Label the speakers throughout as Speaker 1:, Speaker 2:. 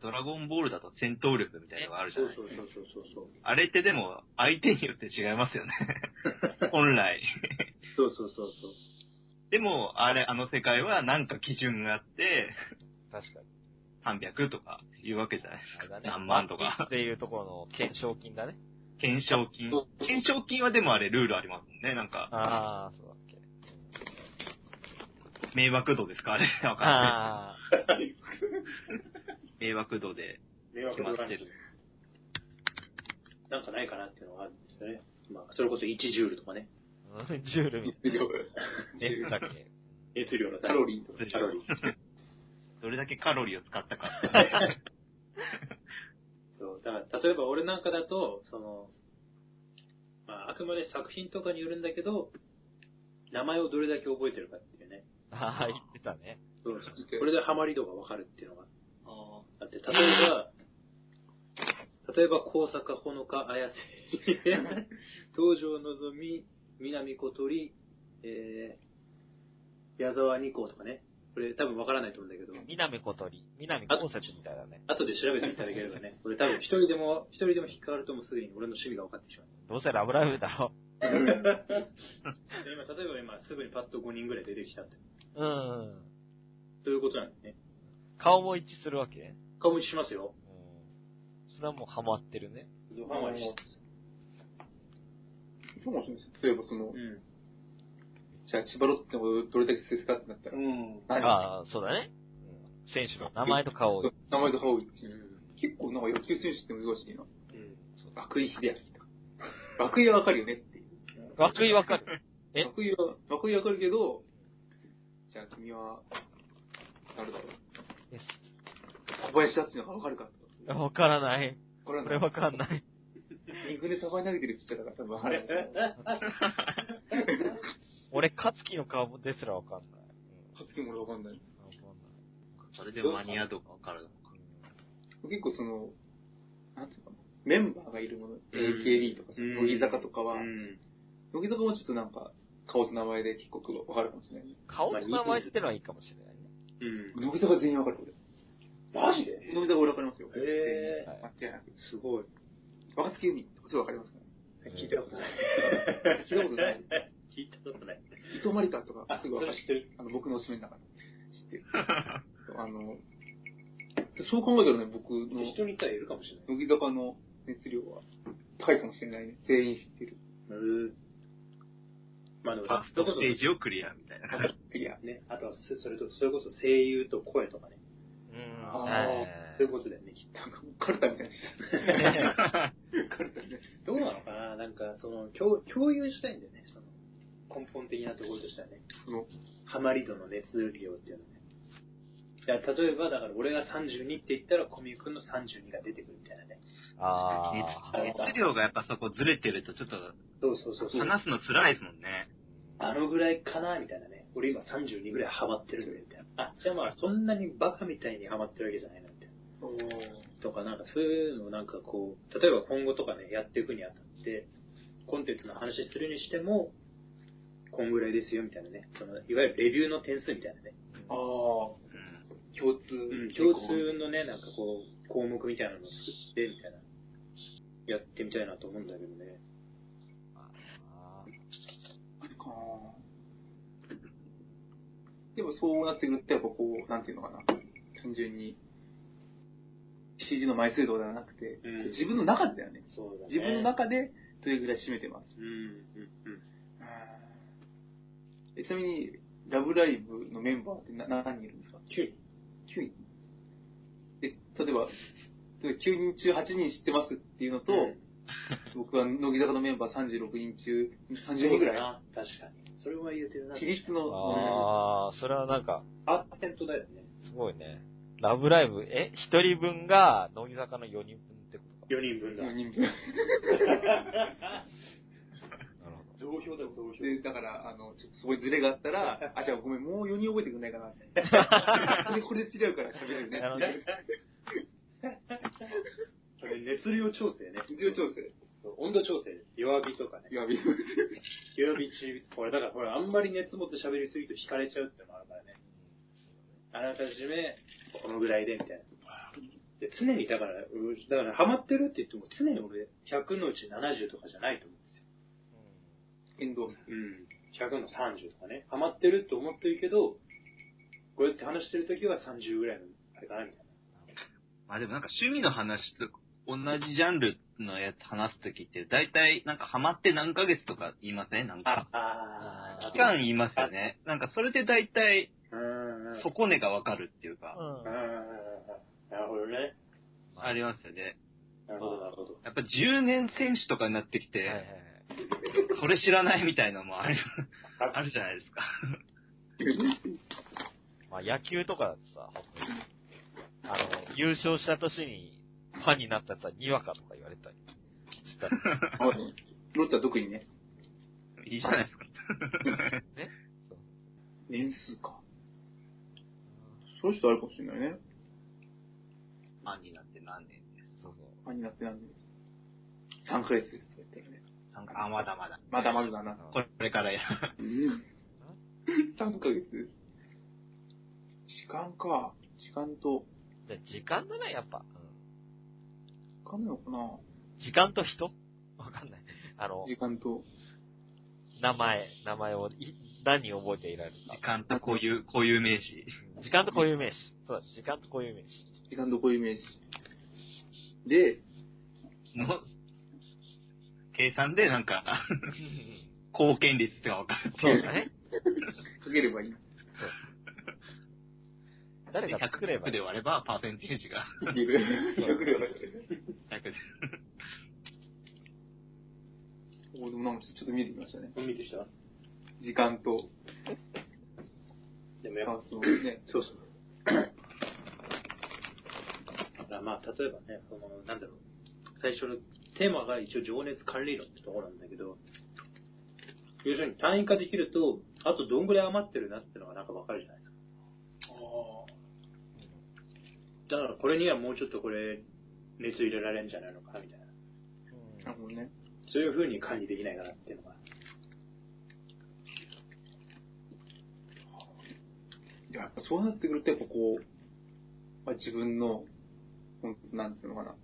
Speaker 1: ドラゴンボールだと戦闘力みたいなのがあるじゃ
Speaker 2: そ
Speaker 1: な
Speaker 2: う
Speaker 1: い
Speaker 2: そうそうそうそうそう。
Speaker 1: あれってでも、相手によって違います よね。本来。
Speaker 2: そうそうそうそう。
Speaker 1: でも、あれ、あの世界はなんか基準があって、
Speaker 3: 確かに。
Speaker 1: 300とかいうわけじゃないです
Speaker 3: あれだね。
Speaker 1: 何万とか
Speaker 3: ワンピースっていうところの懸賞金 だね。
Speaker 1: か。懸賞金
Speaker 2: そ。う
Speaker 1: 懸賞金はでもあれルールありますもんね。なんか、
Speaker 3: ああ、そうだっけ。
Speaker 1: 迷惑度ですかあれ。わかんな
Speaker 3: あ
Speaker 1: い。迷惑度で。
Speaker 2: 迷惑度ランキング。なんかないかなっていうのがあるんですよね。まあ、それこそ1ジュールとかね。
Speaker 3: あ、ジュールみたい
Speaker 4: 熱量。
Speaker 3: な。え、だっけ。
Speaker 2: 熱量の
Speaker 4: カロリーとか。
Speaker 1: ー
Speaker 2: カロリー。
Speaker 1: どれだけカロリーを使った か。
Speaker 2: そうだから、例えば俺なんかだと、その、まあ、あくまで作品とかによるんだけど、名前をどれだけ覚えてるかっていうね。
Speaker 3: ああ、言ってたね。
Speaker 2: そうそうこれでハマり度がわかるっていうのが
Speaker 4: あ
Speaker 2: あって、例え ば、例えば、高坂ほのか、綾瀬、 東条のぞみ、南小鳥、えー、矢沢二高とかね。これ多分わからないと思うんだけど、
Speaker 3: 南小鳥。南高節みたいだね。
Speaker 2: 後で調べていただければ ね、これ多分一人でも、一人でも引っかかるともうすぐに俺の趣味が分かってしまう。
Speaker 3: どうせラブライブだろ。
Speaker 2: で今例えば今すぐにパッと5人ぐらい出てきたって。
Speaker 3: うん。
Speaker 2: ということなんですね。
Speaker 3: 顔も一致するわけ
Speaker 2: 顔打ちしますよ。
Speaker 3: うん。それはもうハマってるね。
Speaker 4: ド
Speaker 2: ハ
Speaker 4: ハマ
Speaker 2: マり
Speaker 4: り
Speaker 2: し
Speaker 4: しそうかもしれないです例えばその
Speaker 2: う、ん。
Speaker 4: じゃあ千葉ロッテをどれだけ接すかってなったら、
Speaker 2: うん。
Speaker 4: 何
Speaker 3: ああ、そうだね。うん選手の名前と顔を。
Speaker 4: 名前と顔一致。結構なんか野球選手って難しいな。
Speaker 3: そう
Speaker 4: 涌井秀明とか。涌井はわかるよねっていう。
Speaker 3: 涌井わかる。え
Speaker 4: 涌井は、涌井はわかるけど、じゃあ君は、誰だろう。
Speaker 3: え
Speaker 4: 小林だっていうのがわかるかとか。
Speaker 3: わからない。
Speaker 4: これ
Speaker 3: これわかんない。
Speaker 4: リングで束投げてるピッチャーだから多分わかる。
Speaker 3: 俺、勝樹の顔ですらわかんない。
Speaker 4: 勝つ気も俺わかんない。
Speaker 3: うん、わかん
Speaker 1: それでマニア度がわかるのか。
Speaker 4: 結構その、なんていうのかな、メンバーがいるもの、AKB とかさ、
Speaker 2: うん
Speaker 4: 乃木坂とかは、
Speaker 2: うん。
Speaker 4: 乃木坂もちょっとなんか、顔と名前で結構わかるかもしれない。
Speaker 3: ない。顔と名前ってのはいいかもしれないね。
Speaker 2: うん。
Speaker 4: 乃木坂全員わかる、俺。
Speaker 2: マジで
Speaker 4: 乃木坂俺わかりますよ。
Speaker 2: へ
Speaker 3: ー
Speaker 4: 全員間違いなく。
Speaker 2: すごい。
Speaker 4: 若月由美とかすぐわかりますから、
Speaker 2: 聞いたことない。
Speaker 4: 聞いたことない。
Speaker 2: 聞いたことない。
Speaker 4: 伊藤まりかとか
Speaker 2: あ、
Speaker 4: す
Speaker 2: そ
Speaker 4: ぐわかる
Speaker 2: れ。知ってる。
Speaker 4: あの、僕のおしめの中で。知 ってる。あの、そう考えたらね、僕の
Speaker 2: 人にいたらいるかもしれない。
Speaker 4: 乃木坂の熱量は高いかもしれないね。全員知ってる。
Speaker 2: うん。まあでも、
Speaker 1: ファーストステージをクリアみたいな。
Speaker 4: クリア。
Speaker 2: ね、あとはそ、それと、それこそ声優と声とかね。
Speaker 3: うん。
Speaker 4: あー
Speaker 3: え
Speaker 2: そういうことだよね、きっ
Speaker 4: なんかもうカルタみたいな人。カルタみたいな人。
Speaker 2: と。どうなのかななんか、その、共共有したいんだよね、その、根本的なところとしてはね。
Speaker 4: その、
Speaker 2: ハマり度の熱量っていうのね。いや例えば、だから俺が32って言ったら、小宮君の32が出てくるみたいなね。
Speaker 3: あー
Speaker 2: ー
Speaker 1: 熱量がやっぱそこずれてるとちょっと
Speaker 2: そうそうそうそう。
Speaker 1: 話すの辛いですもんね。
Speaker 2: あのぐらいかなみたいなね。俺今32ぐらいハマってるんだよみたいな。あ、じゃあまあそんなにバカみたいにハマってるわけじゃないなみたいな。
Speaker 4: おー
Speaker 2: とかなんかそういうのをなんかこう、例えば今後とかね、やっていくにあたって、コンテンツの話するにしても、こんぐらいですよみたいなね。その、いわゆるレビューの点数みたいなね。
Speaker 4: あー、
Speaker 1: うん
Speaker 4: 共通。
Speaker 2: うん、共通のね、なんかこう、項目みたいなのを作って、みたいな。やってみたいなと思うんだけどね。
Speaker 3: あ
Speaker 4: あーでもそうなってくると、やっぱこう、なんていうのかな。単純に、指示の枚数とかではなくて、
Speaker 2: うん
Speaker 4: 自分の中でだよね。
Speaker 2: そうだね。
Speaker 4: 自分の中でどれぐらい占めてます。
Speaker 2: うん、うん、うん。
Speaker 4: えちなみに、ラブライブのメンバーってな何人いるんですか
Speaker 2: 9人。
Speaker 4: 9人で、例えば、例えば9人中8人知ってますっていうのと、
Speaker 2: うん
Speaker 4: 僕は乃木坂のメンバー36人中30人ぐらい。
Speaker 2: あ確かに。それは言えてるな。
Speaker 4: 比率
Speaker 3: ー
Speaker 4: の、
Speaker 3: あー、それはなんか、
Speaker 2: パーセントだよね。
Speaker 3: すごいね。ラブライブ、え一人分が、乃木坂の4人分ってことか。
Speaker 2: 4人分だ。
Speaker 4: 4人分。
Speaker 3: なるほど。
Speaker 2: 増票だよ、増票。
Speaker 4: で、だから、あの、ちょっとすごいズレがあっ たら、あ、じゃあごめん、もう4人覚えてくんないかなって。これ、これ違うから喋れるね。
Speaker 3: なるほどね
Speaker 2: それ熱量調整ね。
Speaker 4: 一応調整。
Speaker 2: 温度調整です。弱火とかね。
Speaker 4: 弱火。
Speaker 2: 弱火中火。これだから、ほら、あんまり熱持って喋りすぎると惹かれちゃうってのもあるからね。あらかじめ、このぐらいで、みたいな。で常にだから、俺だからハマってるって言っても常に俺100のうち70とかじゃないと思うんですよ。
Speaker 4: 遠藤さ
Speaker 2: うん。100の30とかね。ハマってるって思ってるけど、こうやって話してる時は30ぐらいのあれかなみたい
Speaker 1: まあでもなんか趣味の話と同じジャンルのやつ話すときって、だいたいなんかハマって何ヶ月とか言いませんなん
Speaker 2: な
Speaker 1: か。。
Speaker 2: あ
Speaker 1: 期間言いますよね。なんかそれでだいたい
Speaker 2: うん。うん。
Speaker 1: 底根がわかるっていうか、
Speaker 3: ん。
Speaker 2: うん。なるほどね。
Speaker 1: ありますよね。
Speaker 2: なるほど、なるほど。
Speaker 1: やっぱ10年選手とかになってきて、
Speaker 3: はいはいはい。
Speaker 1: それ知らないみたいなのもある
Speaker 2: あ
Speaker 1: あるじゃないですか。
Speaker 3: まあ野球とかだとさ、あの、優勝した年にファンになったやつはにわかとか言われたりしたら、
Speaker 4: ん。あロッチは特にね、
Speaker 1: いいじゃないですか。
Speaker 4: 年数か。そういう人あるかもしれないね。
Speaker 1: ファンになって何年です
Speaker 3: そうそう。
Speaker 4: あになってなんです。3ヶ月ですとか言ったらね。
Speaker 1: なんか、あ、まだまだ。
Speaker 4: まだまだだな。
Speaker 1: これからや。
Speaker 4: うん。3ヶ月です。時間か。時間と、
Speaker 3: じゃあ時間だな、やっぱ。
Speaker 4: わかんないのかな
Speaker 3: 時間と人わかんない。あの、
Speaker 4: 時間と、
Speaker 3: 名前、名前をい、何を覚えていられる
Speaker 1: 時間とこういう、こういう名詞。
Speaker 3: か。時間と固有名詞。そうだ、時間と固有名 詞。
Speaker 4: 時間とこういうイメージ。で、
Speaker 1: の、計算でなんか、貢献率ってわかる。
Speaker 3: そうだね。
Speaker 4: かけれ ばいい。
Speaker 3: 誰が作ればいい
Speaker 1: で。割れば、パーセンテージが
Speaker 4: 100ではない。
Speaker 1: 100で。
Speaker 4: おーでもなんかちょっと見えてきましたね。
Speaker 2: 見てきた
Speaker 4: 時間と、
Speaker 2: でもやっぱ
Speaker 4: あそのね、
Speaker 2: そうそう。だからまあ、例えばね、この、なんだろう、最初のテーマが一応情熱管理論ってところなんだけど、要するに単位化できると、あとどんぐらい余ってるなってのがなんかわかるじゃないですか。だからこれにはもうちょっとこれ、熱入れられるんじゃないのかなみたいな。
Speaker 4: なるほどね。
Speaker 2: そういう風に管理できないかなっていうのが。
Speaker 4: いややっぱそうなってくると、やっぱこう、まあ、自分の、ほんとなんていうのかな、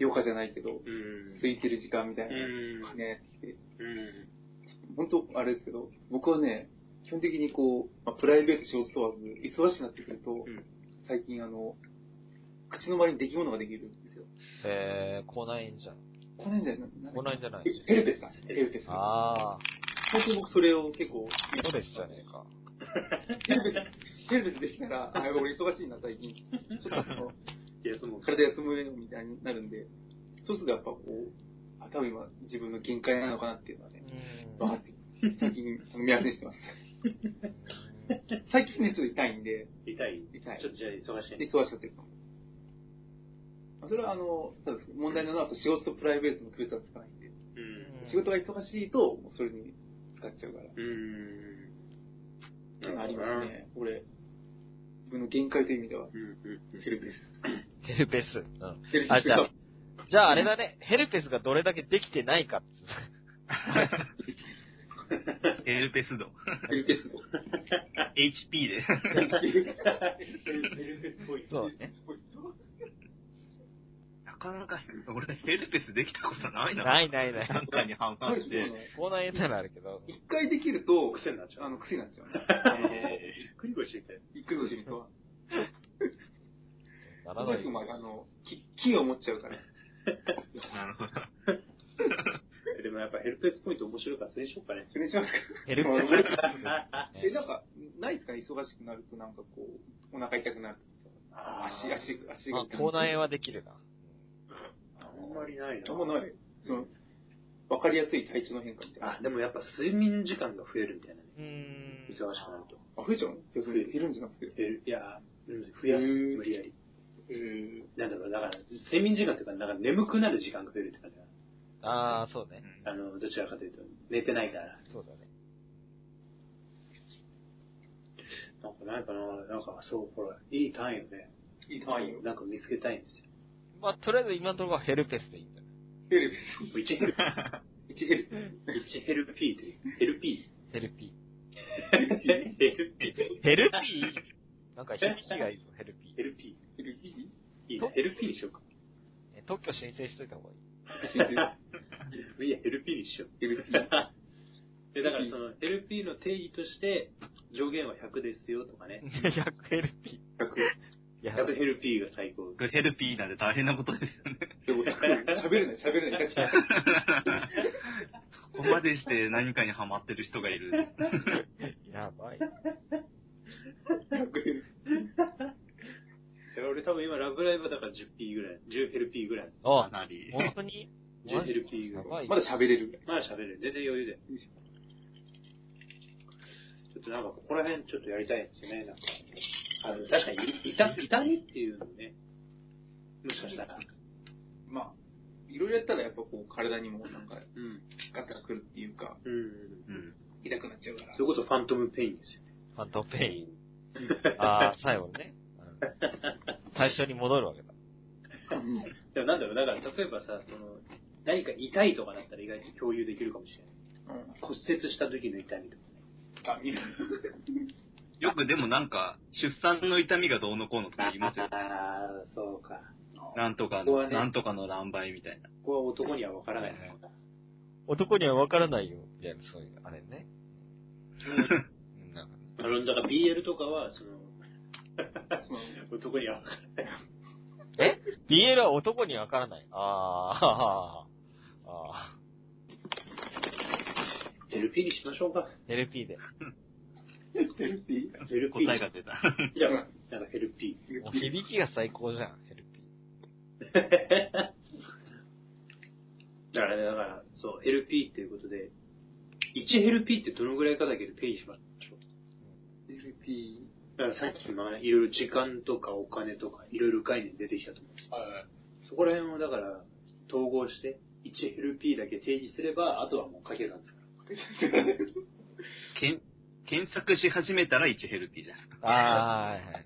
Speaker 4: 余暇じゃないけど、
Speaker 2: うん
Speaker 4: 空いてる時間みたいなのが
Speaker 2: う
Speaker 4: ね、やってきて、
Speaker 2: ん。
Speaker 4: 本当あれですけど、僕はね、基本的にこう、まあ、プライベート仕事問わず、忙しくなってくると、
Speaker 2: ん
Speaker 4: 最近あの、口の周りに出来物ができるんですよ。
Speaker 3: えー、来ないんじゃん。
Speaker 4: こないんじゃないなんだっけ
Speaker 3: 来ないんじゃない
Speaker 4: ヘルペスか。ヘルペス。
Speaker 3: あ
Speaker 4: 最近僕それを結構、
Speaker 3: ー、そうですじゃねえか。
Speaker 4: ヘルペス、ヘルペスできたら、あ、俺忙しいな、最近。ちょっとそ の、
Speaker 2: いや、その、
Speaker 4: 体休むよみたいになるんで、そうするとやっぱこう、あ、多分今自分の限界なのかなっていうのはね、わかって、最近目安にして ます。最近ね、ちょっと痛いんで、
Speaker 2: 痛い。
Speaker 4: 痛い
Speaker 2: ちょっ。とじゃあ忙しいね。
Speaker 4: 忙しくなってるかも。まあそれはあの、そうです問題なのは仕事とプライベートの区別がつかないんで、
Speaker 2: うん。
Speaker 4: 仕事が忙しいと、もうそれに使っちゃうから。
Speaker 2: うん。
Speaker 4: あります。ね。俺、自分の限界という意味では、
Speaker 2: うんうんうん。
Speaker 4: ヘルペス。
Speaker 3: ヘルペス。うん。
Speaker 4: ヘルペ
Speaker 3: あ、
Speaker 4: ス
Speaker 3: じゃあ、じゃああれだね、ヘルペスがどれだけできてないかっつ
Speaker 1: ヘルペス度。
Speaker 4: ヘルペスの。
Speaker 1: HP で。
Speaker 4: ヘルペスっぽい。
Speaker 3: そうね。
Speaker 1: なかなか、俺ヘルペスできたことないな。
Speaker 3: ないないな。
Speaker 1: ないんかに反
Speaker 4: あ
Speaker 1: 感
Speaker 4: る
Speaker 1: し
Speaker 4: そうな
Speaker 1: て
Speaker 4: の。
Speaker 3: 来ないならあるけど。
Speaker 4: 一回できると、
Speaker 2: 癖になっちゃ
Speaker 4: あ
Speaker 2: う。
Speaker 4: の、癖になっちゃうね。あの、
Speaker 2: クリクリしてて。
Speaker 4: びっくり腰にとは。
Speaker 3: なら
Speaker 4: やっ
Speaker 3: な
Speaker 4: ぱ
Speaker 3: い
Speaker 4: り。まああの、き金を持っちゃうから。
Speaker 1: なるほど。
Speaker 2: でもやっぱヘルペスポイント面白いからそれにしようかね。
Speaker 4: それにしますか。
Speaker 3: ヘルペ
Speaker 4: え、
Speaker 3: ス。
Speaker 4: なんか、ないですかね忙しくなると、なんかこう、お腹痛くなるとか。足、足、足が
Speaker 3: あ、
Speaker 4: 痛
Speaker 3: 口
Speaker 4: む。
Speaker 3: 内はできるな。
Speaker 2: あんまりないな。
Speaker 4: あんまない。その、わかりやすい体調の変化みたいな。
Speaker 2: あ、でもやっぱ睡眠時間が増えるみたいなね。
Speaker 3: うーん
Speaker 2: 忙しくなると。
Speaker 4: あ、増えちゃうの逆に減るんじゃなくて。
Speaker 2: 減るいや、うん増やす。
Speaker 4: うん
Speaker 2: 無理やり。
Speaker 4: えー、
Speaker 2: なんだろう、だから、睡眠時間というか、なんか眠くなる時間が増えるって感じだ
Speaker 3: あー、そうね。
Speaker 2: あの、どちらかというと、寝てないから。
Speaker 3: そうだね。
Speaker 2: なんかないかな、なんかそう、ほら、いい単位をね、
Speaker 4: いい単位を。
Speaker 2: なんか見つけたいんですよ。
Speaker 3: まあ、とりあえず今のところはヘルペスでいいんだよ。
Speaker 4: ヘルペ
Speaker 2: 1ヘル、
Speaker 4: ス。1ヘルペ
Speaker 2: 1ヘルピーという。ヘルピ
Speaker 3: ヘルピ
Speaker 2: ー。 ヘルピー。
Speaker 3: ー。ヘルピーなんか響きがいいぞ、ヘルピ
Speaker 2: ヘルピ
Speaker 4: ス。ヘルピ
Speaker 2: いいね。ヘルピーにしようか。
Speaker 3: え特許申請しといた方がいい。
Speaker 2: いや、ヘルピーにしよう。
Speaker 4: LT。
Speaker 2: で、だからその、ヘルピーの定義として、上限は100ですよとかね。
Speaker 3: 100LP。いや、
Speaker 2: 100ヘルピーが最高。
Speaker 1: グヘルピーなんで大変なことですよね。
Speaker 4: でも、喋れない、喋れない。確かに
Speaker 1: ここまでして何かにハマってる人がいる。
Speaker 3: やばい。
Speaker 2: いや俺多分今、ラブライブだから 10P ぐらい。10ヘルピーぐらい。
Speaker 1: か
Speaker 3: あ、
Speaker 1: なり。
Speaker 3: 本当に
Speaker 2: 10ヘルピーぐ
Speaker 3: や
Speaker 2: らい。
Speaker 3: ばい。
Speaker 4: まだ喋れる。
Speaker 2: まだ喋れる。全然余裕で。ちょっとなんか、ここら辺ちょっとやりたいんですよね。なんか、あの、確かに、痛、痛みっていうのね。もしかしたら。
Speaker 4: まあ、いろいろやったらやっぱこう、体にもなんか、
Speaker 2: うん。
Speaker 4: ガタが来るっていうか、
Speaker 2: うん。
Speaker 1: うん。
Speaker 4: 痛くなっちゃうから
Speaker 2: それ。こそファントムペインですよ。
Speaker 3: ファントムペイン。ああ、最後にね。うん最初に戻るわけだ。
Speaker 4: うん
Speaker 2: でもなんだろう、だから例えばさ、その、何か痛いとかだったら意外と共有できるかもしれない。骨折した時の痛みとか。
Speaker 4: あ、見る。
Speaker 1: よくでもなんか、出産の痛みがどうのこうのとか言いますよ。
Speaker 2: ああ、そうか。
Speaker 1: なんとか
Speaker 2: ここは
Speaker 1: の、
Speaker 2: ね
Speaker 1: なんとかの何倍みたいな。
Speaker 2: ここは男には分からないな。
Speaker 3: 男には分からないよ、みたいな、そういう、あれね。うんなんかね
Speaker 2: あの、だから BL とかは、その、
Speaker 4: その
Speaker 2: 男には分からない。
Speaker 3: BL は男には分からない。あー、あ
Speaker 2: LP にしましょうか。
Speaker 3: ー、LP で。
Speaker 4: LT?
Speaker 2: LP。
Speaker 1: 答えが出た。
Speaker 2: じゃあ、なんか LP。
Speaker 3: もう響きが最高じゃん、LP。
Speaker 2: だからね、だから、そう、LP っていうことで、1LP ってどのぐらいかだけでペイにしましょう。
Speaker 4: LT。
Speaker 2: だからさっきのねいろいろ時間とかお金とかいろいろ概念出てきたと思うんですそこら辺をだから統合して 1LP だけ定義すればあとはもう書けるなんですか
Speaker 1: 検検索し始めたら 1Hz じゃん。
Speaker 3: あー、はいはい。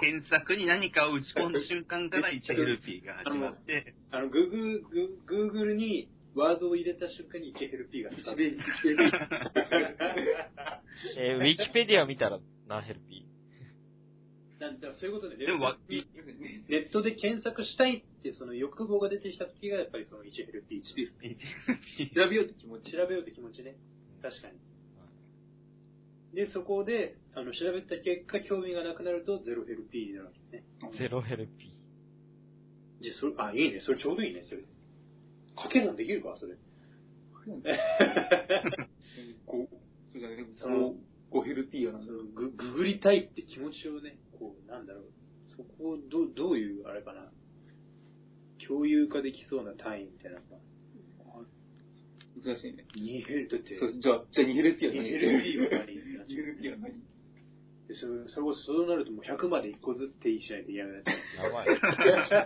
Speaker 1: 検索に何かを打ち込んだ瞬間から 1Hz が始まって、
Speaker 2: らあの Google, Google にワードを入れた瞬間に 1LP がスタート
Speaker 3: えー、ウィキペディア見たら何 LP?
Speaker 2: なんだそういう ことで
Speaker 1: でもわ、い
Speaker 2: ネットで検索したいっていうその欲望が出てきた時がやっぱりその 1LP 調べようって気持ち調べようって気持ちね確かにでそこであの調べた結果興味がなくなると 0LP になるわけですね
Speaker 3: ゼロ LP。
Speaker 2: じゃあ、それ、あ、いいね。それちょうどいいね、それ。掛け算できるか、それ。
Speaker 4: こう、そうじゃない
Speaker 2: その、
Speaker 4: 5LT はなん
Speaker 2: そ
Speaker 4: だ
Speaker 2: のぐ、ググりたいって気持ちをね、こう、なんだろう。そこを、どう、どういう、あれかな。共有化できそうな単位みたいなのが。
Speaker 4: 難しいね。
Speaker 2: 2ヘルだって、
Speaker 4: そうじゃあ、じゃあ 2LT は
Speaker 2: 2LP は何
Speaker 4: 2LT は何
Speaker 2: でそれ、それこそ、そうなるともう100まで1個ずつ定義しないといけなくなっ
Speaker 3: やばい。
Speaker 2: ちゃ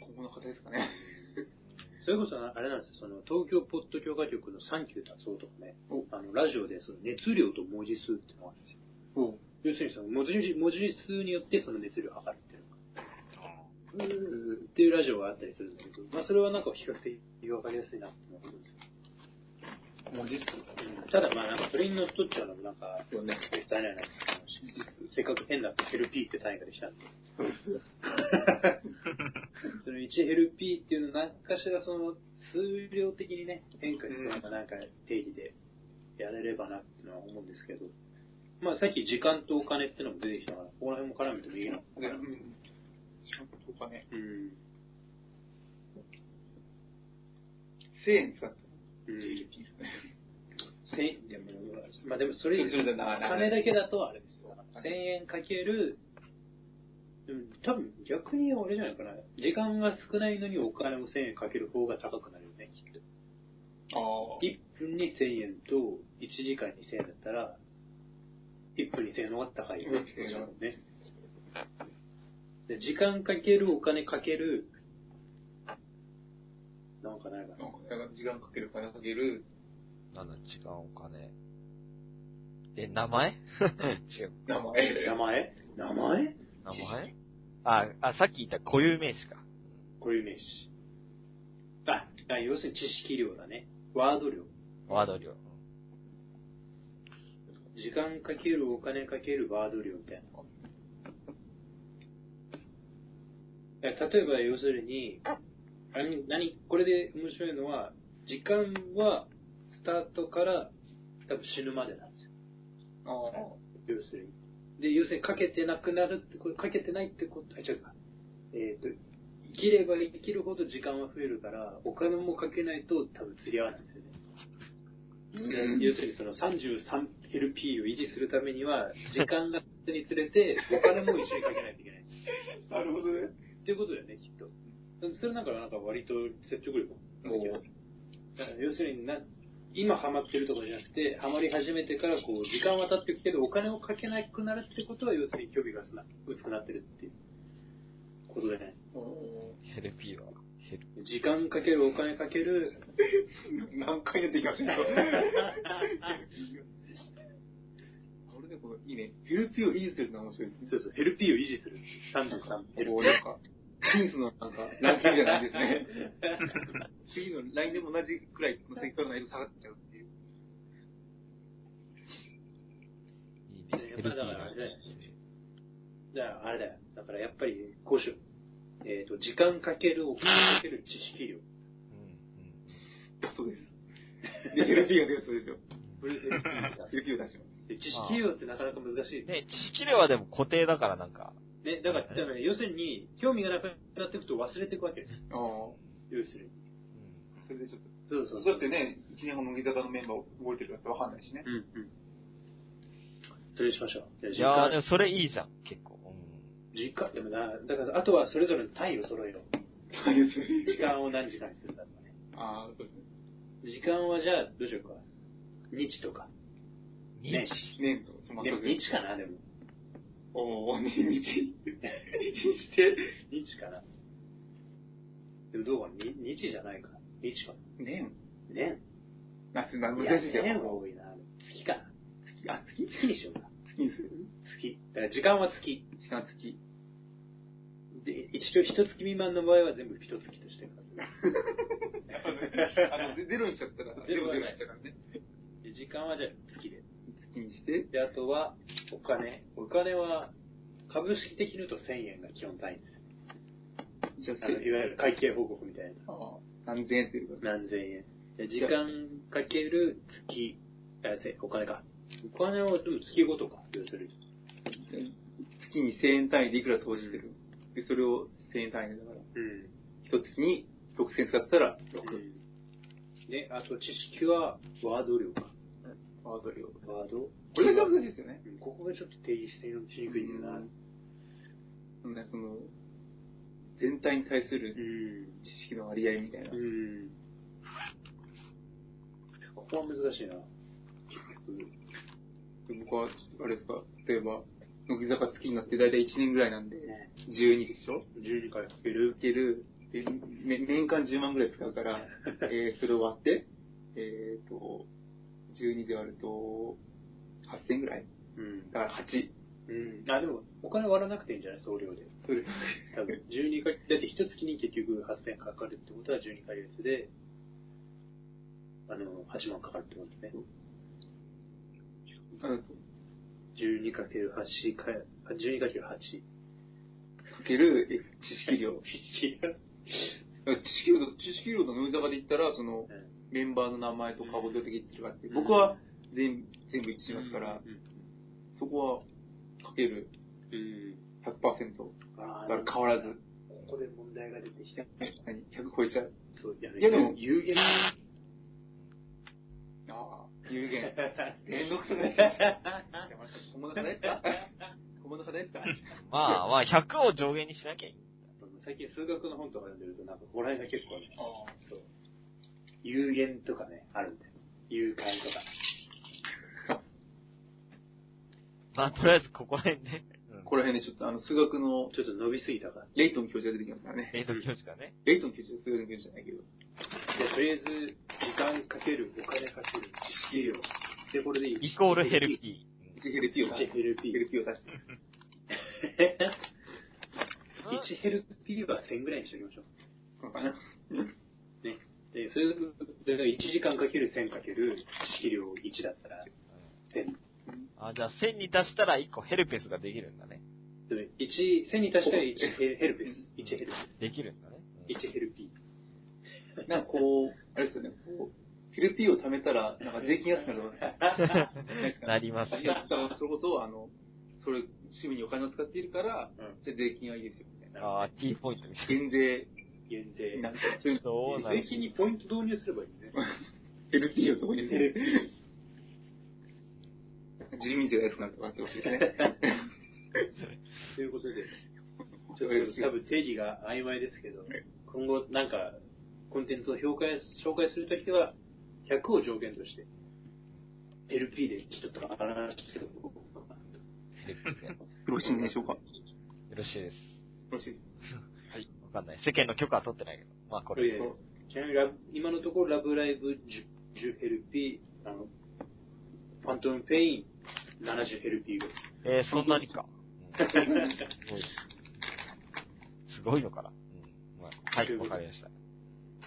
Speaker 2: う。
Speaker 4: 今後の課題ですかね。
Speaker 2: それこそ、あれなんですよ、その、東京ポッド許可局のサンキュー達夫とかね
Speaker 4: お、
Speaker 2: あの、ラジオで、その、熱量と文字数っていうのがあるんですよ。
Speaker 4: お
Speaker 2: 要するにその文字文字数によってその熱量を測るっていうのがっていうラジオがあったりするんだけど、まあ、それはなんか比較的分かりやすいなって思う
Speaker 4: 文
Speaker 2: んです
Speaker 4: 字数
Speaker 2: けど、ただまあなんかそれにのっとっちゃうのもなんか、
Speaker 4: だよね。
Speaker 2: 絶対ないなって思うしせっかく変な LP って単位ができたんで。 その 1LP っていうの何かしらその数量的にね、変化しそうななんか定義でやれればなってのは思うんですけど、まあさっき時間とお金ってのも出てきたから、ここら辺も絡めてもいいのか
Speaker 4: う
Speaker 2: な。
Speaker 4: ん。とかね、
Speaker 2: うん。
Speaker 4: 1000円使った。
Speaker 2: うん。
Speaker 4: LT。
Speaker 2: 1000円でも、まあでもそれ以上
Speaker 4: それじゃな
Speaker 2: 金だけだとあれですよ。1000円かける、でも多分逆にあれじゃないかな。時間が少ないのにお金も1000円かける方が高くなるよね、きっと。
Speaker 4: ああ。
Speaker 2: 1分に1000円と1時間に1000円だったら、1分に1000円の方が高いよね。
Speaker 4: うん
Speaker 2: もちろんね。で時間かけるお金かける、なんかないかな。
Speaker 4: だから時間かける金かける、
Speaker 3: なんだ、時間、お金。え、名前違う。
Speaker 4: 名前。
Speaker 2: 名前名
Speaker 3: 名
Speaker 2: 前
Speaker 3: 前あ、あ、さっき言った固有名詞か。
Speaker 2: 固有名詞。あ、あ要するに知識量だね。ワード量。
Speaker 3: ワード量。うん
Speaker 2: 時間かけるお金かけるワード量みたいな。いや例えば要するに、何、何、これで面白いのは、時間はスタートから多分死ぬまでなんですよ。
Speaker 4: ああ。
Speaker 2: 要するに。で、要するにかけてなくなるって、これかけてないってこと、あ、違うか。えっ、と、生きれば生きるほど時間は増えるから、お金もかけないと多分釣り合わないんですよね。
Speaker 4: うん
Speaker 2: 要するにその 33LP を維持するためには、時間が経つにつれて、お金も一緒にかけないといけない。
Speaker 4: なるほどね。
Speaker 2: っていうことだよね、きっと。それなんか、なんか割と説得力を持ってだから要するにな、今ハマってるとかじゃなくて、ハマり始めてからこう、時間は経っていくけど、お金をかけなくなるってことは、要するに興味が薄な薄くなってるっていうことだよね。
Speaker 3: ヘルピーは。ヘル
Speaker 2: 時間かける、お金かける、
Speaker 4: 何回やってきましたけど。これでこういいね。ヘルピーを維持するのは面白いですね。
Speaker 2: そうそう、ヘルピーを維持する。33ヘル
Speaker 4: こうなんか、テニスのなんか、ランキングじゃないです ね。次の来年も同じくらいの先取らないと下がっちゃうっていう。
Speaker 3: いいね
Speaker 2: ね。
Speaker 3: ヘルピー
Speaker 2: やっぱりだから
Speaker 3: な
Speaker 2: あ
Speaker 3: ん
Speaker 2: れ
Speaker 3: で
Speaker 2: だよじゃあ、あれだよ。だからやっぱり、こうしよう。えっ、と、時間かける、お金かける、知識量。
Speaker 4: そうです。で、ヘルピーが出るそうですよ。
Speaker 2: これヘルピーだ
Speaker 4: ヘルピーを出します。
Speaker 2: で知識量ってなかなか難しい。ね、
Speaker 3: ね、知識量はでも固定だからなんか、
Speaker 2: だから、だから要するに、興味がなくなっていくと忘れていくわけです。
Speaker 4: ああ。
Speaker 2: 要するに。
Speaker 4: それでちょっと。
Speaker 2: そうそうそ
Speaker 4: だ
Speaker 2: う。
Speaker 4: ってね、1年後乃木坂のメンバー覚えてるかってわかんないしね。
Speaker 2: うんうん。それにしましょう。
Speaker 3: い
Speaker 2: じ
Speaker 3: や
Speaker 2: ゃあ
Speaker 3: ー、でもそれいいじゃん、結構。うん
Speaker 2: 時間、時間、でもな、だから、あとはそれぞれの単位を揃えよう。
Speaker 4: そうですね。
Speaker 2: 時間を何時間にするんだとかね。
Speaker 4: ああ、そうですね。
Speaker 2: 時間はじゃあ、どうしようか。日とか。
Speaker 3: 日
Speaker 2: ね
Speaker 4: 年度、つま
Speaker 2: でも
Speaker 4: り
Speaker 2: 日かな、でも。
Speaker 4: おお、年日。して。
Speaker 2: 日かな。でもどうかな、に日じゃないか。日か。
Speaker 4: 年
Speaker 2: 年。
Speaker 4: 夏、まあ、
Speaker 2: い
Speaker 4: 難
Speaker 2: や
Speaker 4: しいけど。
Speaker 2: 年は多いな。月かな。
Speaker 4: あ、月
Speaker 2: 月にしようか。
Speaker 4: 月にする
Speaker 2: 月。だから時間は月。
Speaker 4: 時間月。
Speaker 2: で、一応、一月未満の場合は全部一月としてます。
Speaker 4: あの、ゼゼロにしちゃったら、
Speaker 2: ゼロは
Speaker 4: に
Speaker 2: ない
Speaker 4: しちゃうからね。
Speaker 2: で時間はじゃあ月で。
Speaker 4: 月にして、
Speaker 2: で、あとは、お金。お金は、株式的に言うと1000円が基本単位です。
Speaker 4: じゃあ、
Speaker 2: あのいわゆる会計報告みたい
Speaker 4: ああ何千円っていうか、
Speaker 2: な。何千円。で、時間かける月、あ、せお金か。お金を、でも月ごとか、要するに。
Speaker 4: 月に千円単位でいくら投資してる。で、それを千円単位でだから、
Speaker 2: うん。
Speaker 4: 一月に六千円使ったら、六。
Speaker 2: で、あと知識は、ワード量か。
Speaker 4: ワード量。こ
Speaker 2: ワード。
Speaker 4: れが一番難しいですよね。
Speaker 2: うんここがちょっと定義してしにくいんだな。
Speaker 4: うんそのね、その、全体に対する
Speaker 2: ん。
Speaker 4: 知識の割合みたいな。
Speaker 2: うん。ここは難しいな。
Speaker 4: 僕は、あれですか、例えば、乃木坂好きになって大体1年ぐらいなんで、
Speaker 2: ね、
Speaker 4: 12でしょ
Speaker 2: 12回かけ
Speaker 4: い
Speaker 2: る。
Speaker 4: ける、でめ年間10万ぐらい使うから、えー、それを割って、えーと、12で割ると、8000ぐらい
Speaker 2: うん。
Speaker 4: だから8。
Speaker 2: うん。あ、でも、お金割らなくていいんじゃない総量で。
Speaker 4: それで、
Speaker 2: 多分、12回、 だって一月に結局8000かかるってことは12回月で、あの、8万かかるってことね。
Speaker 4: あのか
Speaker 2: 12かける8か、あ12かける8。
Speaker 4: けるえ知識量。
Speaker 2: う
Speaker 4: 知識量と、知識量の乃木坂で言ったら、その、
Speaker 2: ん
Speaker 4: メンバーの名前と顔と的ってがあって、
Speaker 2: うん
Speaker 4: 僕は全全部一致しますから、
Speaker 2: う
Speaker 4: そこは、かける
Speaker 2: ん。うん。
Speaker 4: 100%。だ
Speaker 2: あ
Speaker 4: か
Speaker 2: ー
Speaker 4: ら変わらず。
Speaker 2: ここで問題が出てきた。
Speaker 4: 何 ?100 超えちゃう。
Speaker 2: そう、いや
Speaker 4: いやでも
Speaker 2: 有限。
Speaker 4: ああ、有限。電動くない小物じゃないですか小物じゃないですか
Speaker 3: まあまあ、100を上限にしなきゃいい。
Speaker 2: 最近数学の本とか読んでると、なんか、こらえが結構ね、
Speaker 4: あ
Speaker 2: そう有限とかね、あるんだよ。有限とか。
Speaker 3: まあ、とりあえずここら辺 で。う
Speaker 4: あ
Speaker 3: ん
Speaker 4: ここら辺でちょっとあの、数学の、
Speaker 2: ちょっと伸びすぎたから。
Speaker 4: レイトン教授が出てきますからね。
Speaker 3: レイド教授がね。
Speaker 4: レイトン教授は数学の教授じゃないけど。
Speaker 2: じゃあとりあえず、時間かける、お金かける、知識量。で、これでいい。
Speaker 3: イコールヘルピー。
Speaker 4: 1ヘルピーを出して。ヘ
Speaker 2: 1LP。
Speaker 4: ルピーを出して。
Speaker 2: 1LP は1000ぐらいにしておきましょ
Speaker 4: そうかな。
Speaker 2: う。ね。で、それだから1時間かける1000かける、知識量1だったら、1000。
Speaker 3: あ、じゃあ1000に足したら1個ヘルペスができるんだね。
Speaker 2: 1、1000に足したら1ヘヘルペス。1ヘルペ
Speaker 3: できるんだね。うん
Speaker 2: ス。1ヘルピー。
Speaker 4: なんかこう、あれですよね、こう、フィルピーを貯めたら、なんか税金安くなるとか ないですか
Speaker 3: なります
Speaker 4: いや、だからそれこそ、あの、それ、趣味にお金を使っているから、
Speaker 2: うん
Speaker 4: じゃあ税金はいいですよ、みたいな。
Speaker 3: ああ、T ポイントみたい
Speaker 4: 減税、
Speaker 2: 減税。
Speaker 4: なんか、そういうの、
Speaker 3: そうなん
Speaker 2: 税
Speaker 3: です
Speaker 2: 金にポイント導入すればいいね。
Speaker 4: LP をそこに、住民税が安くなるとかあってほしいですね。
Speaker 2: ということで、ちょっと多分定義が曖昧ですけど、今後なんか、コンテンツを評価紹介するときは、100を条件として、LP でちょっと話しておこうかなと
Speaker 3: ですね。よ
Speaker 4: よろしいんでしょうかよ
Speaker 3: ろしいです。
Speaker 4: ろしい。
Speaker 3: はい。わかんない。世間の許可は取ってないけど。まあこ
Speaker 2: いや
Speaker 3: れ
Speaker 2: い。やちなみにラブ今のところ、ラブライブ 10LP、あの、ファントムペイン 70LP ぐらい。
Speaker 3: えー、そんなにか。うんすごい。すごいのかな。うん。まあ、はい、わかりました。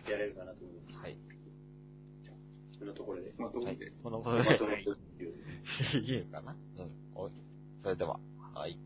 Speaker 2: やれるかなと思います。
Speaker 3: はい。
Speaker 2: そんなところで。
Speaker 4: まあ、どう
Speaker 3: はい
Speaker 4: で。。
Speaker 3: このこと
Speaker 2: ま
Speaker 3: で
Speaker 2: と、めるっていう
Speaker 3: 言うかな。うん。おい。それでは、はい。